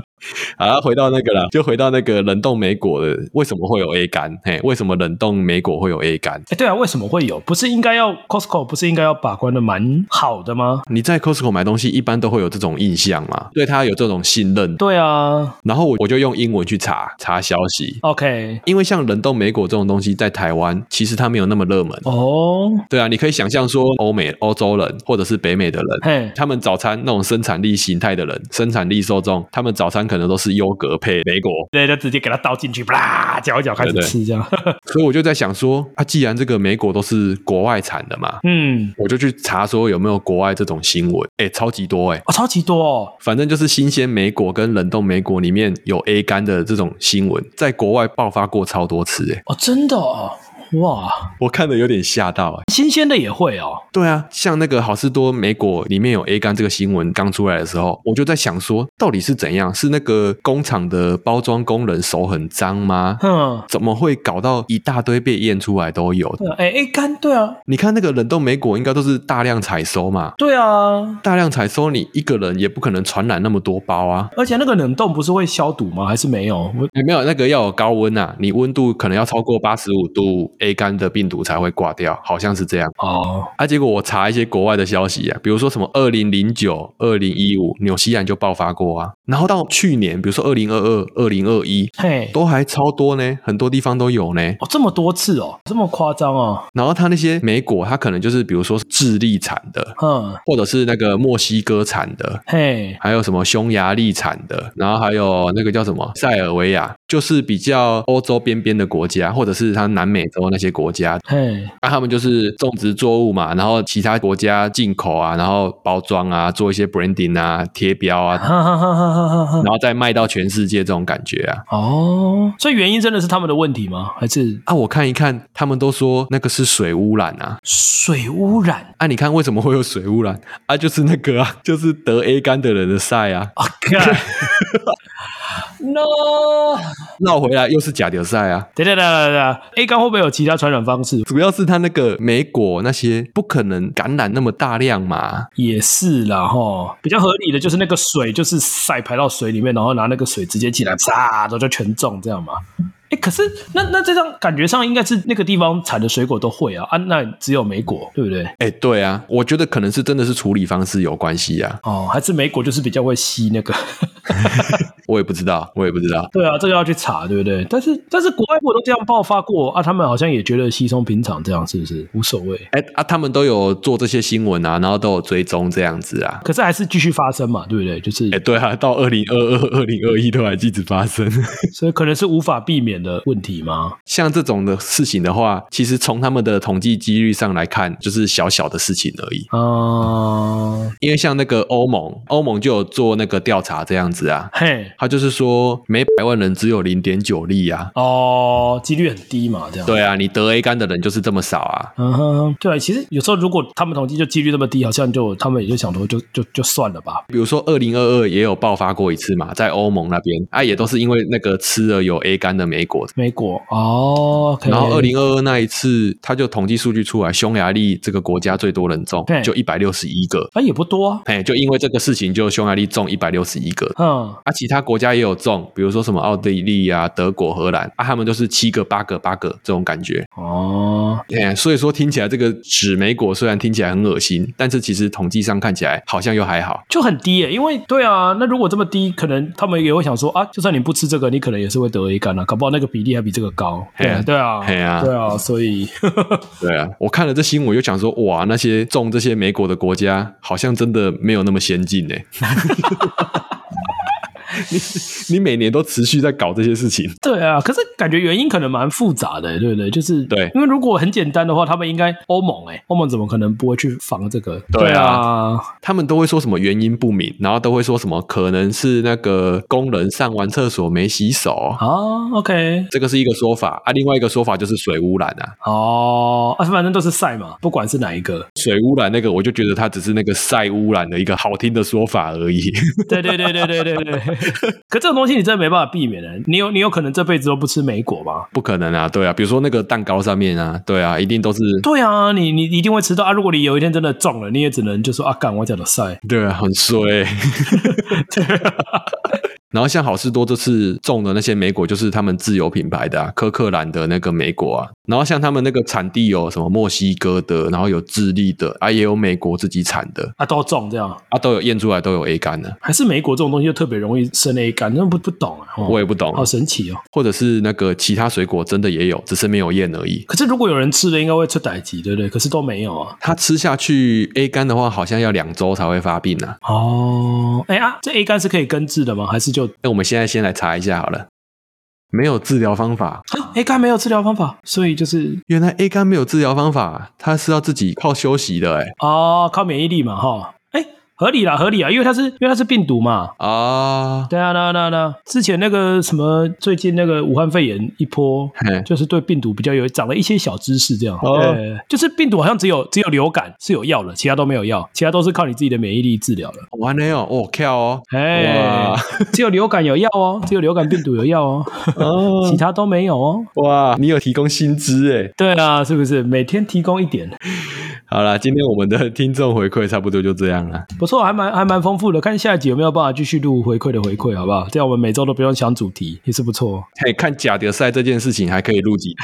A: 好啦，回到那个了，就回到那个冷冻莓果的，为什么会有 A 肝？嘿，为什么冷冻莓果会有 A 肝？
B: 哎，对啊，为什么会有？不是应该要 Costco 不是应该要把关的蛮好的吗？
A: 你在 Costco 买东西，一般都会有这种印象嘛，对他有这种信任。
B: 对啊
A: 然后我我就用英文去查查消息，
B: ，OK，
A: 因为像冷冻莓果这种东西，在台湾其实它没有那么热门。
B: 哦，
A: 对啊，你可以想象说，欧美、欧洲人或者是北美的
B: [laughs]
A: 人，
B: 嘿，
A: 他们早餐那种生产力形态的人，生产力受众，他们早餐可能都是优格配莓果。
B: 对，就直接给它倒进去，啪，搅一搅开始
A: 对对
B: 吃
A: [laughs]
B: 这样。
A: 所以我就在想说，啊，既然这个莓果都是国外产的嘛，
B: 嗯，
A: 我就去查说有没有国外这种新闻。哎，超级多哎、
B: 哦，超级多哦，
A: 反正就是新鲜莓果跟冷冻莓果里面有 A 肝的这种新闻，在国外爆发过超多次哎、
B: 哦，真的哦，哇，
A: 我看的有点吓到哎、
B: 新鲜的也会哦，
A: 对啊，像那个好事多莓果里面有 A 肝这个新闻刚出来的时候，我就在想说，到底是怎样？是那个工厂的包装工人手很脏吗？
B: 哼。
A: 怎么会搞到一大堆被验出来都有？
B: 对啊，哎哎干，对啊，
A: 你看那个冷冻莓果应该都是大量采收嘛，
B: 对啊，
A: 大量采收你一个人也不可能传染那么多包啊。
B: 而且那个冷冻不是会消毒吗？还是没有？我
A: 哎没有那个要有高温啊，你温度可能要超过八十五度，A 肝的病毒才会挂掉，好像是这样。
B: 哦，
A: 啊，结果我查一些国外的消息啊，比如说什么二零零九、二零一五，纽西兰就爆发过啊。然后到去年，比如说二零二二、二零二一，
B: 嘿，
A: 都还超多呢，很多地方都有呢。
B: 哦，这么多次哦，这么夸张哦，
A: 然后它那些莓果，它可能就是比如说智利产的，
B: 嗯，
A: 或者是那个墨西哥产的。
B: 嘿，
A: 还有什么匈牙利产的，然后还有那个叫什么塞尔维亚，就是比较欧洲边边的国家，或者是它南美洲那些国家，
B: 嘿，
A: 那、啊他们就是种植作物嘛，然后其他国家进口啊，然后包装啊，做一些 branding 啊，贴标啊，
B: 哈哈哈哈哈哈
A: 然
B: 哈。
A: 后再卖到全世界这种感觉啊。
B: 哦，所以原因真的是他们的问题吗？还是
A: 啊，我看一看，他们都说那个是水污染啊。
B: 水污染？
A: 啊，你看为什么会有水污染啊？就是那个啊，就是得 A 肝的人的晒啊， [laughs]
B: 啊、no！
A: 绕回来又是假流晒啊。
B: 等等等等等，A 肝会不会有其他传染方式？
A: 主要是他那个莓果那些不可能感染那么大量嘛，
B: 也是啦，哈，比较合理的就是那个水，就是塞排到水里面，然后拿那个水直接起来，啪，然后就全中这样嘛。哎，可是那那这张感觉上应该是那个地方产的水果都会啊，啊，那只有莓果，对不对？
A: 哎、对啊，我觉得可能是真的是处理方式有关系啊，
B: 哦，还是莓果就是比较会吸那个。 [laughs]
A: 我也不知道，我也不知道。
B: 对啊，这个要去查，对不对？但是但是国外我都这样爆发过啊，他们好像也觉得稀松平常，这样是不是无所谓？
A: 哎、啊，他们都有做这些新闻啊，然后都有追踪这样子啊。
B: 可是还是继续发生嘛，对不对？就是
A: 哎、对啊，到二零二二、二零二一都还一直发生。 [laughs]
B: 所以可能是无法避免的问题吗？
A: 像这种的事情的话，其实从他们的统计几率上来看，就是小小的事情而已。
B: 啊、
A: 哦因为像那个欧盟，欧盟就有做那个调查这样子啊。
B: 嘿，
A: 他就是说每百万人只有零点九例啊。
B: 哦，几率很低嘛，这样。
A: 对啊，你得 A 肝的人就是这么少啊。
B: 嗯哼，对啊，其实有时候如果他们统计就几率这么低，好像就他们也就想说就就就算了吧。
A: 比如说二零二二也有爆发过一次嘛，在欧盟那边啊，也都是因为那个吃了有 A 肝的莓果。
B: 美国哦，OK，
A: 然后二零二二那一次，他就统计数据出来，匈牙利这个国家最多人中
B: 对，
A: 就一百六十一个。
B: 啊也不多啊，
A: 哎，就因为这个事情，就匈牙利中一百六十一个，
B: 嗯，
A: 啊，其他国家也有中，比如说什么奥地利啊、德国、荷兰啊，他们都是七个、八个、八个这种感觉。
B: 哦，
A: 哎、所以说听起来这个纸莓果虽然听起来很恶心，但是其实统计上看起来好像又还好。
B: 就很低耶、因为对啊，那如果这么低，可能他们也会想说啊，就算你不吃这个，你可能也是会得 A 肝啊，搞不好那个比例还比这个高。
A: 嘿啊
B: 对啊，
A: 嘿啊
B: 对啊，所以
A: 对啊，我看了这新闻，我就想说，哇，那些种这些莓果的国家，好像真的没有那么先进 [laughs] 呢、你你每年都持续在搞这些事情，
B: 对啊，可是感觉原因可能蛮复杂的、欸对不对？就是
A: 对
B: 因为如果很简单的话，他们应该欧盟哎、欧盟怎么可能不会去防这个？
A: 对啊
B: 啊，
A: 他们都会说什么原因不明，然后都会说什么可能是那个工人上完厕所没洗手，
B: 啊，OK，
A: 这个是一个说法啊，另外一个说法就是水污染啊。
B: 哦，啊，反正都是晒嘛，不管是哪
A: [laughs]
B: 一个，
A: 水污染那个，我就觉得它只是那个晒污染的一个好听的说法而已。 [laughs]
B: 对对对对对对 [laughs] 对。可这种东西你真的没办法避免的，欸你有你有可能这辈子都不吃莓果吗？
A: 不可能啊，对啊，比如说那个蛋糕上面啊，对啊，一定都是
B: 对啊，你你一定会吃到啊！如果你有一天真的中了，你也只能就说啊，干我讲的晒，
A: 对啊，很衰、 [laughs] 啊然后像好事多这次种的那些莓果，就是他们自有品牌的、啊、科克兰的那个莓果啊。然后像他们那个产地有什么墨西哥的，然后有智利的，啊也有美国自己产的，
B: 啊，都中这样，
A: 啊都有验出来都有 A 肝的、
B: 还是莓果这种东西就特别容易生 A 肝，真的不不懂啊！哦
A: 我也不懂，
B: 好神奇哦。
A: 或者是那个其他水果真的也有，只是没有验而已。
B: 可是如果有人吃了，应该会出歹疾，对不对？可是都没有啊。
A: 它吃下去 A 肝的话，好像要两周才会发病啊。
B: 哦，哎啊，这 A 肝是可以根治的吗？还是就
A: 那我们现在先来查一下好了，没有治疗方法。
B: 啊 A 肝没有治疗方法，所以就是
A: 原来 A 肝没有治疗方法，它是要自己靠休息的、欸，哎
B: 哦，靠免疫力嘛，哈，哎，合理啦，合理啊，因为它是因为它是病毒嘛。
A: 啊，
B: 对啊，那那那之前那个什么，最近那个武汉肺炎一波，
A: 嘿
B: 就是对病毒比较有长了一些小知识，这样。
A: 哦
B: 对，就是病毒好像只有只有流感是有药了，其他都没有药，其他都是靠你自己的免疫力治疗了。
A: 完了哦，哦跳哦，
B: 哎
A: 哇，
B: 只有流感有药哦，只有流感病毒有药哦，
A: 哦，
B: 其他都没有哦。
A: 哇，你有提供薪资哎。
B: 对啊，是不是每天提供一点？
A: 好啦，今天我们的听众回馈差不多就这样了。
B: 不错，还蛮还蛮丰富的。看下一集有没有办法继续录回馈的回馈，好不好？这样我们每周都不用想主题，也是不错。哦
A: 嘿，看假的赛这件事情还可以录几 [laughs]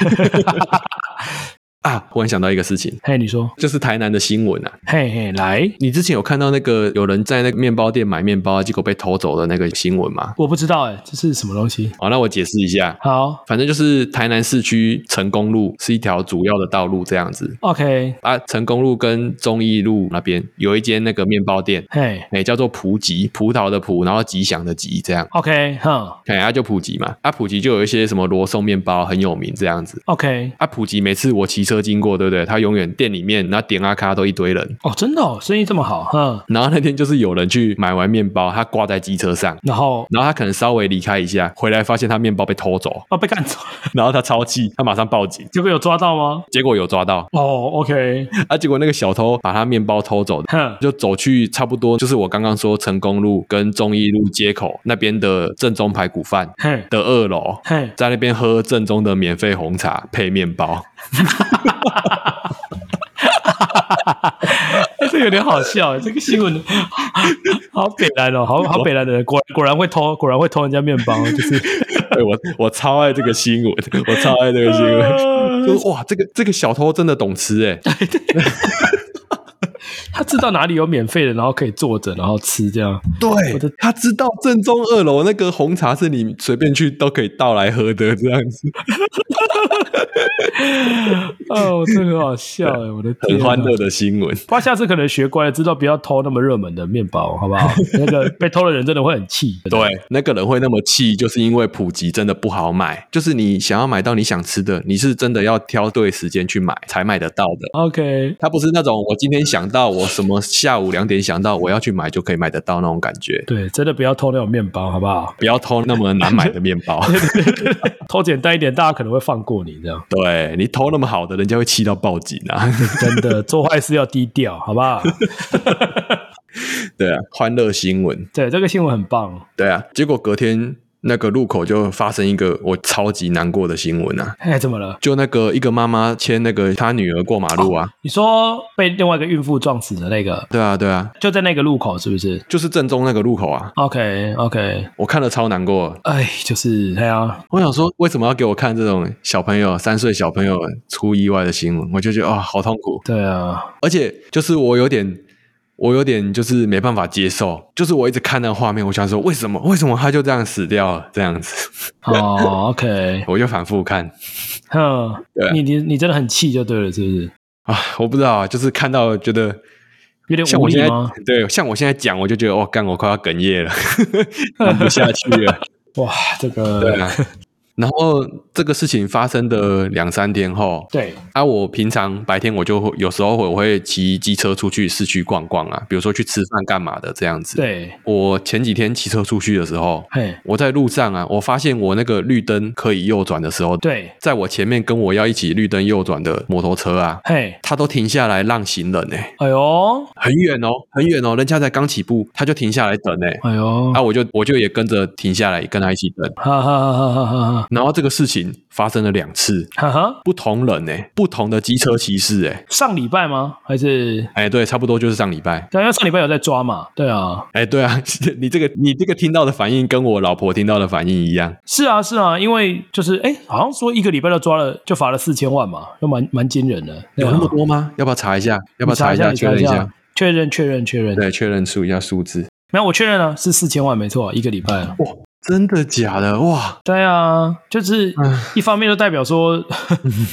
A: 啊？忽然想到一个事情，
B: 嘿，你说，
A: 就是台南的新闻啊。
B: 嘿嘿，来，
A: 你之前有看到那个有人在那个面包店买面包啊，结果被偷走的那个新闻吗？
B: 我不知道哎、这是什么东西？
A: 好，那我解释一下。
B: 好
A: 反正就是台南市区成功路是一条主要的道路，这样子
B: ，OK，
A: 啊。成功路跟忠义路那边有一间那个面包店，
B: 嘿
A: 哎、叫做普吉，葡萄的葡，然后吉祥的吉，这样。
B: ，OK，哼哦
A: 哎，啊就普吉嘛，啊普吉就有一些什么罗宋面包很有名这样子。
B: ，OK，
A: 啊普吉每次我骑车经过，对不对？他永远店里面那点阿咖都一堆人。
B: 哦，真的、哦，生意这么好，哼，
A: 然后那天就是有人去买完面包，他挂在机车上，
B: 然后
A: 然后他可能稍微离开一下，回来发现他面包被偷走，
B: 哦被干走， [laughs]
A: 然后他超气，他马上报警，
B: 结果有抓到吗？
A: 结果有抓到。
B: 哦，OK，
A: 啊，结果那个小偷把他面包偷走的。
B: 哼，
A: 就走去差不多就是我刚刚说成功路跟忠义路街口那边的正宗排骨饭
B: 嘿
A: 的二楼，
B: 嘿，
A: 在那边喝正宗的免费红茶配面包。 [laughs]
B: [laughs] 这有点好笑，这个新闻 [laughs] 好北南哦，好好北南的人，果然果然会偷，果然会偷人家面包，就是
A: 对我我超爱这个新闻， [laughs] 我超爱这个新
B: [laughs]
A: 闻。
B: 啊
A: 就是哇，这个这个小偷真的懂吃哎、
B: 他知道哪里有免费的，然后可以坐着，然后吃这样。我的
A: 对，他知道正宗二楼那个红茶是你随便去都可以倒来喝的这样子，
B: [laughs] 哦，这个很好笑哎，我的天、
A: 很
B: 啊，
A: 欢乐的新闻。
B: 不过下次可能学乖了，知道不要偷那么热门的面包，好不 [laughs] 好？那个被偷的人真的会很气。
A: 对，那个人会那么气，就是因为普及真的不好买，就是你想要买到你想吃的，你是真的要挑对时间去买才买得到的。
B: ，OK，
A: 它不是那种我今天想想到我什么下午两点想到我要去买就可以买得到那种感觉，
B: 对，真的不要偷那种面包，好不好？ [laughs]
A: 不要偷那么难买的面包。
B: 偷简单一点，大家可能会放过你这样。
A: 对你偷那么好的，人家会气到报警啊！
B: [laughs] 真的，做坏事要低调，好不好？
A: 对啊，欢乐新闻，
B: 对，这个新闻很棒。
A: 对啊。结果隔天那个路口就发生一个我超级难过的新闻啊，
B: 哎，怎么了？
A: 就那个一个妈妈牵那个她女儿过马路啊，
B: 你说被另外一个孕妇撞死的那个，
A: 对啊，对啊，
B: 就在那个路口，是不是
A: 就是正中那个路口啊，
B: ？OK OK，
A: 我看了超难过的。
B: 哎，就是哎呀，
A: 我想说，为什么要给我看这种小朋友三岁小朋友出意外的新闻？我就觉得啊、好痛苦。
B: 对啊，
A: 而且就是我有点，我有点就是没办法接受，就是我一直看那个画面，我想说为什么为什么他就这样死掉了这样子， [laughs]
B: 哦，OK，
A: 我就反复看
B: 哼
A: [laughs] 对，
B: 你你你真的很气就对了，是不是？
A: 啊，我不知道啊，就是看到觉得
B: 有点
A: 像
B: 无
A: 我现
B: 力
A: 在
B: 吗？
A: 对，像我现在讲，我就觉得哇，哦干我快要哽咽
B: [laughs]
A: 了，看不下去了，
B: 哇，这
A: 对
B: 个
A: 啊。然后这个事情发生的两三天后，
B: 对
A: 啊，我平常白天我就会有时候我会骑机车出去市区逛逛啊，比如说去吃饭干嘛的这样子。
B: 对，
A: 我前几天骑车出去的时候，
B: 嘿，
A: 我在路上啊，我发现我那个绿灯可以右转的时候，
B: 对，
A: 在我前面跟我要一起绿灯右转的摩托车啊，
B: 嘿，
A: 它都停下来让行人呢、
B: 哎呦，
A: 很远哦，很远哦，人家才刚起步，他就停下来等呢、
B: 哎呦，
A: 啊，我就我就也跟着停下来，跟他一起等。
B: 哈哈哈哈哈
A: 然后这个事情发生了两次，
B: 哈哈哈，
A: 不同人呢、不同的机车骑士哎、
B: 上礼拜吗？还是？
A: 哎，对，差不多就是上礼拜。
B: 对，因为上礼拜有在抓嘛，对啊，
A: 哎，对啊， [laughs] 你这个你这个听到的反应跟我老婆听到的反应一样。
B: 是啊，是啊，因为就是哎，好像说一个礼拜就抓了，就罚了四千万嘛，就蛮蛮惊人的。对
A: 有
B: 啊
A: 那么多吗？要不要查一下？要不
B: 你
A: 要查
B: 查
A: 一
B: 下？
A: 下？
B: 你
A: 确
B: 查
A: 认
B: 一
A: 一下。
B: 下，确认确认确认。
A: 对，确认出一下数字。
B: 没有，我确认了，是四千万，没错，一个礼拜
A: 嗯
B: 了。
A: 真的假的？哇！
B: 对啊，就是
A: 唉
B: 一方面就代表说， [laughs]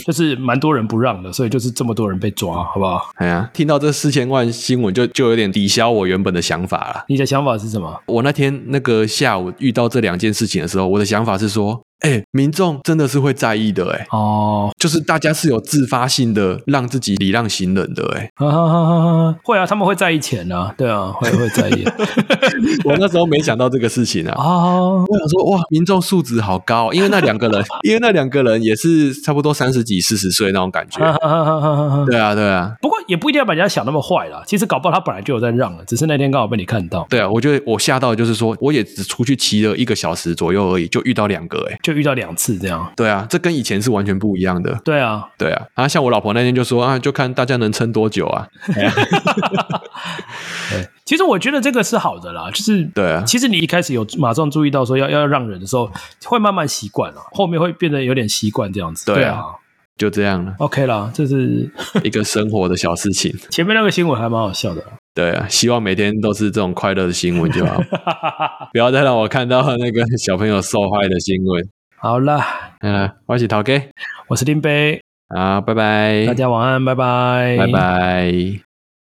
B: 就是蛮多人不让的，所以就是这么多人被抓，好不好？
A: 哎呀，听到这四千万新闻就就有点抵消我原本的想法了。
B: 你的想法是什么？
A: 我那天那个下午遇到这两件事情的时候，我的想法是说，哎，民众真的是会在意的，哎，
B: 哦，。
A: 就是大家是有自发性的让自己礼让行人的，哎 [laughs]
B: 哈哈哈哈哈，会啊，他们会在意钱啊，对啊，会会在意。 [laughs]
A: 我那时候没想到这个事情啊，
B: 哦， [laughs]
A: 我想说，哇，民众素质好高，因为那两个人，因为那两个人也是差不多三十几、四十岁那种感
B: [laughs]
A: 觉
B: 哈。哈哈哈哈哈。
A: 对啊，对啊，
B: 不过也不一定要把人家想那么坏啦，其实搞不好他本来就有在让了，只是那天刚好被你看到，
A: 对啊，我觉得我吓到，就是说，我也只出去骑了一个小时左右而已，就遇到两个、欸，
B: 就遇到两次这样。
A: 对啊，这跟以前是完全不一样的。
B: 对啊，
A: 对啊，啊，像我老婆那天就说啊，就看大家能撑多久啊。
B: 其实我觉得这个是好的啦，就是
A: 对啊
B: 其实你一开始有马上注意到说要要让人的时候，会慢慢习惯了，啊后面会变得有点习惯这样子。
A: 对啊
B: 对，
A: 就这样了
B: ，OK 啦，这是
A: 一个生活的小事情。
B: 前面那个新闻还蛮好笑的。
A: 对啊，希望每天都是这种快乐的新闻就好，不要再让我看到那个小朋友受害的新闻。
B: 好啦，
A: 嗯、啊，我是陶哥，
B: 我是林杯，
A: 啊，拜拜，
B: 大家晚安，拜拜，
A: 拜。拜。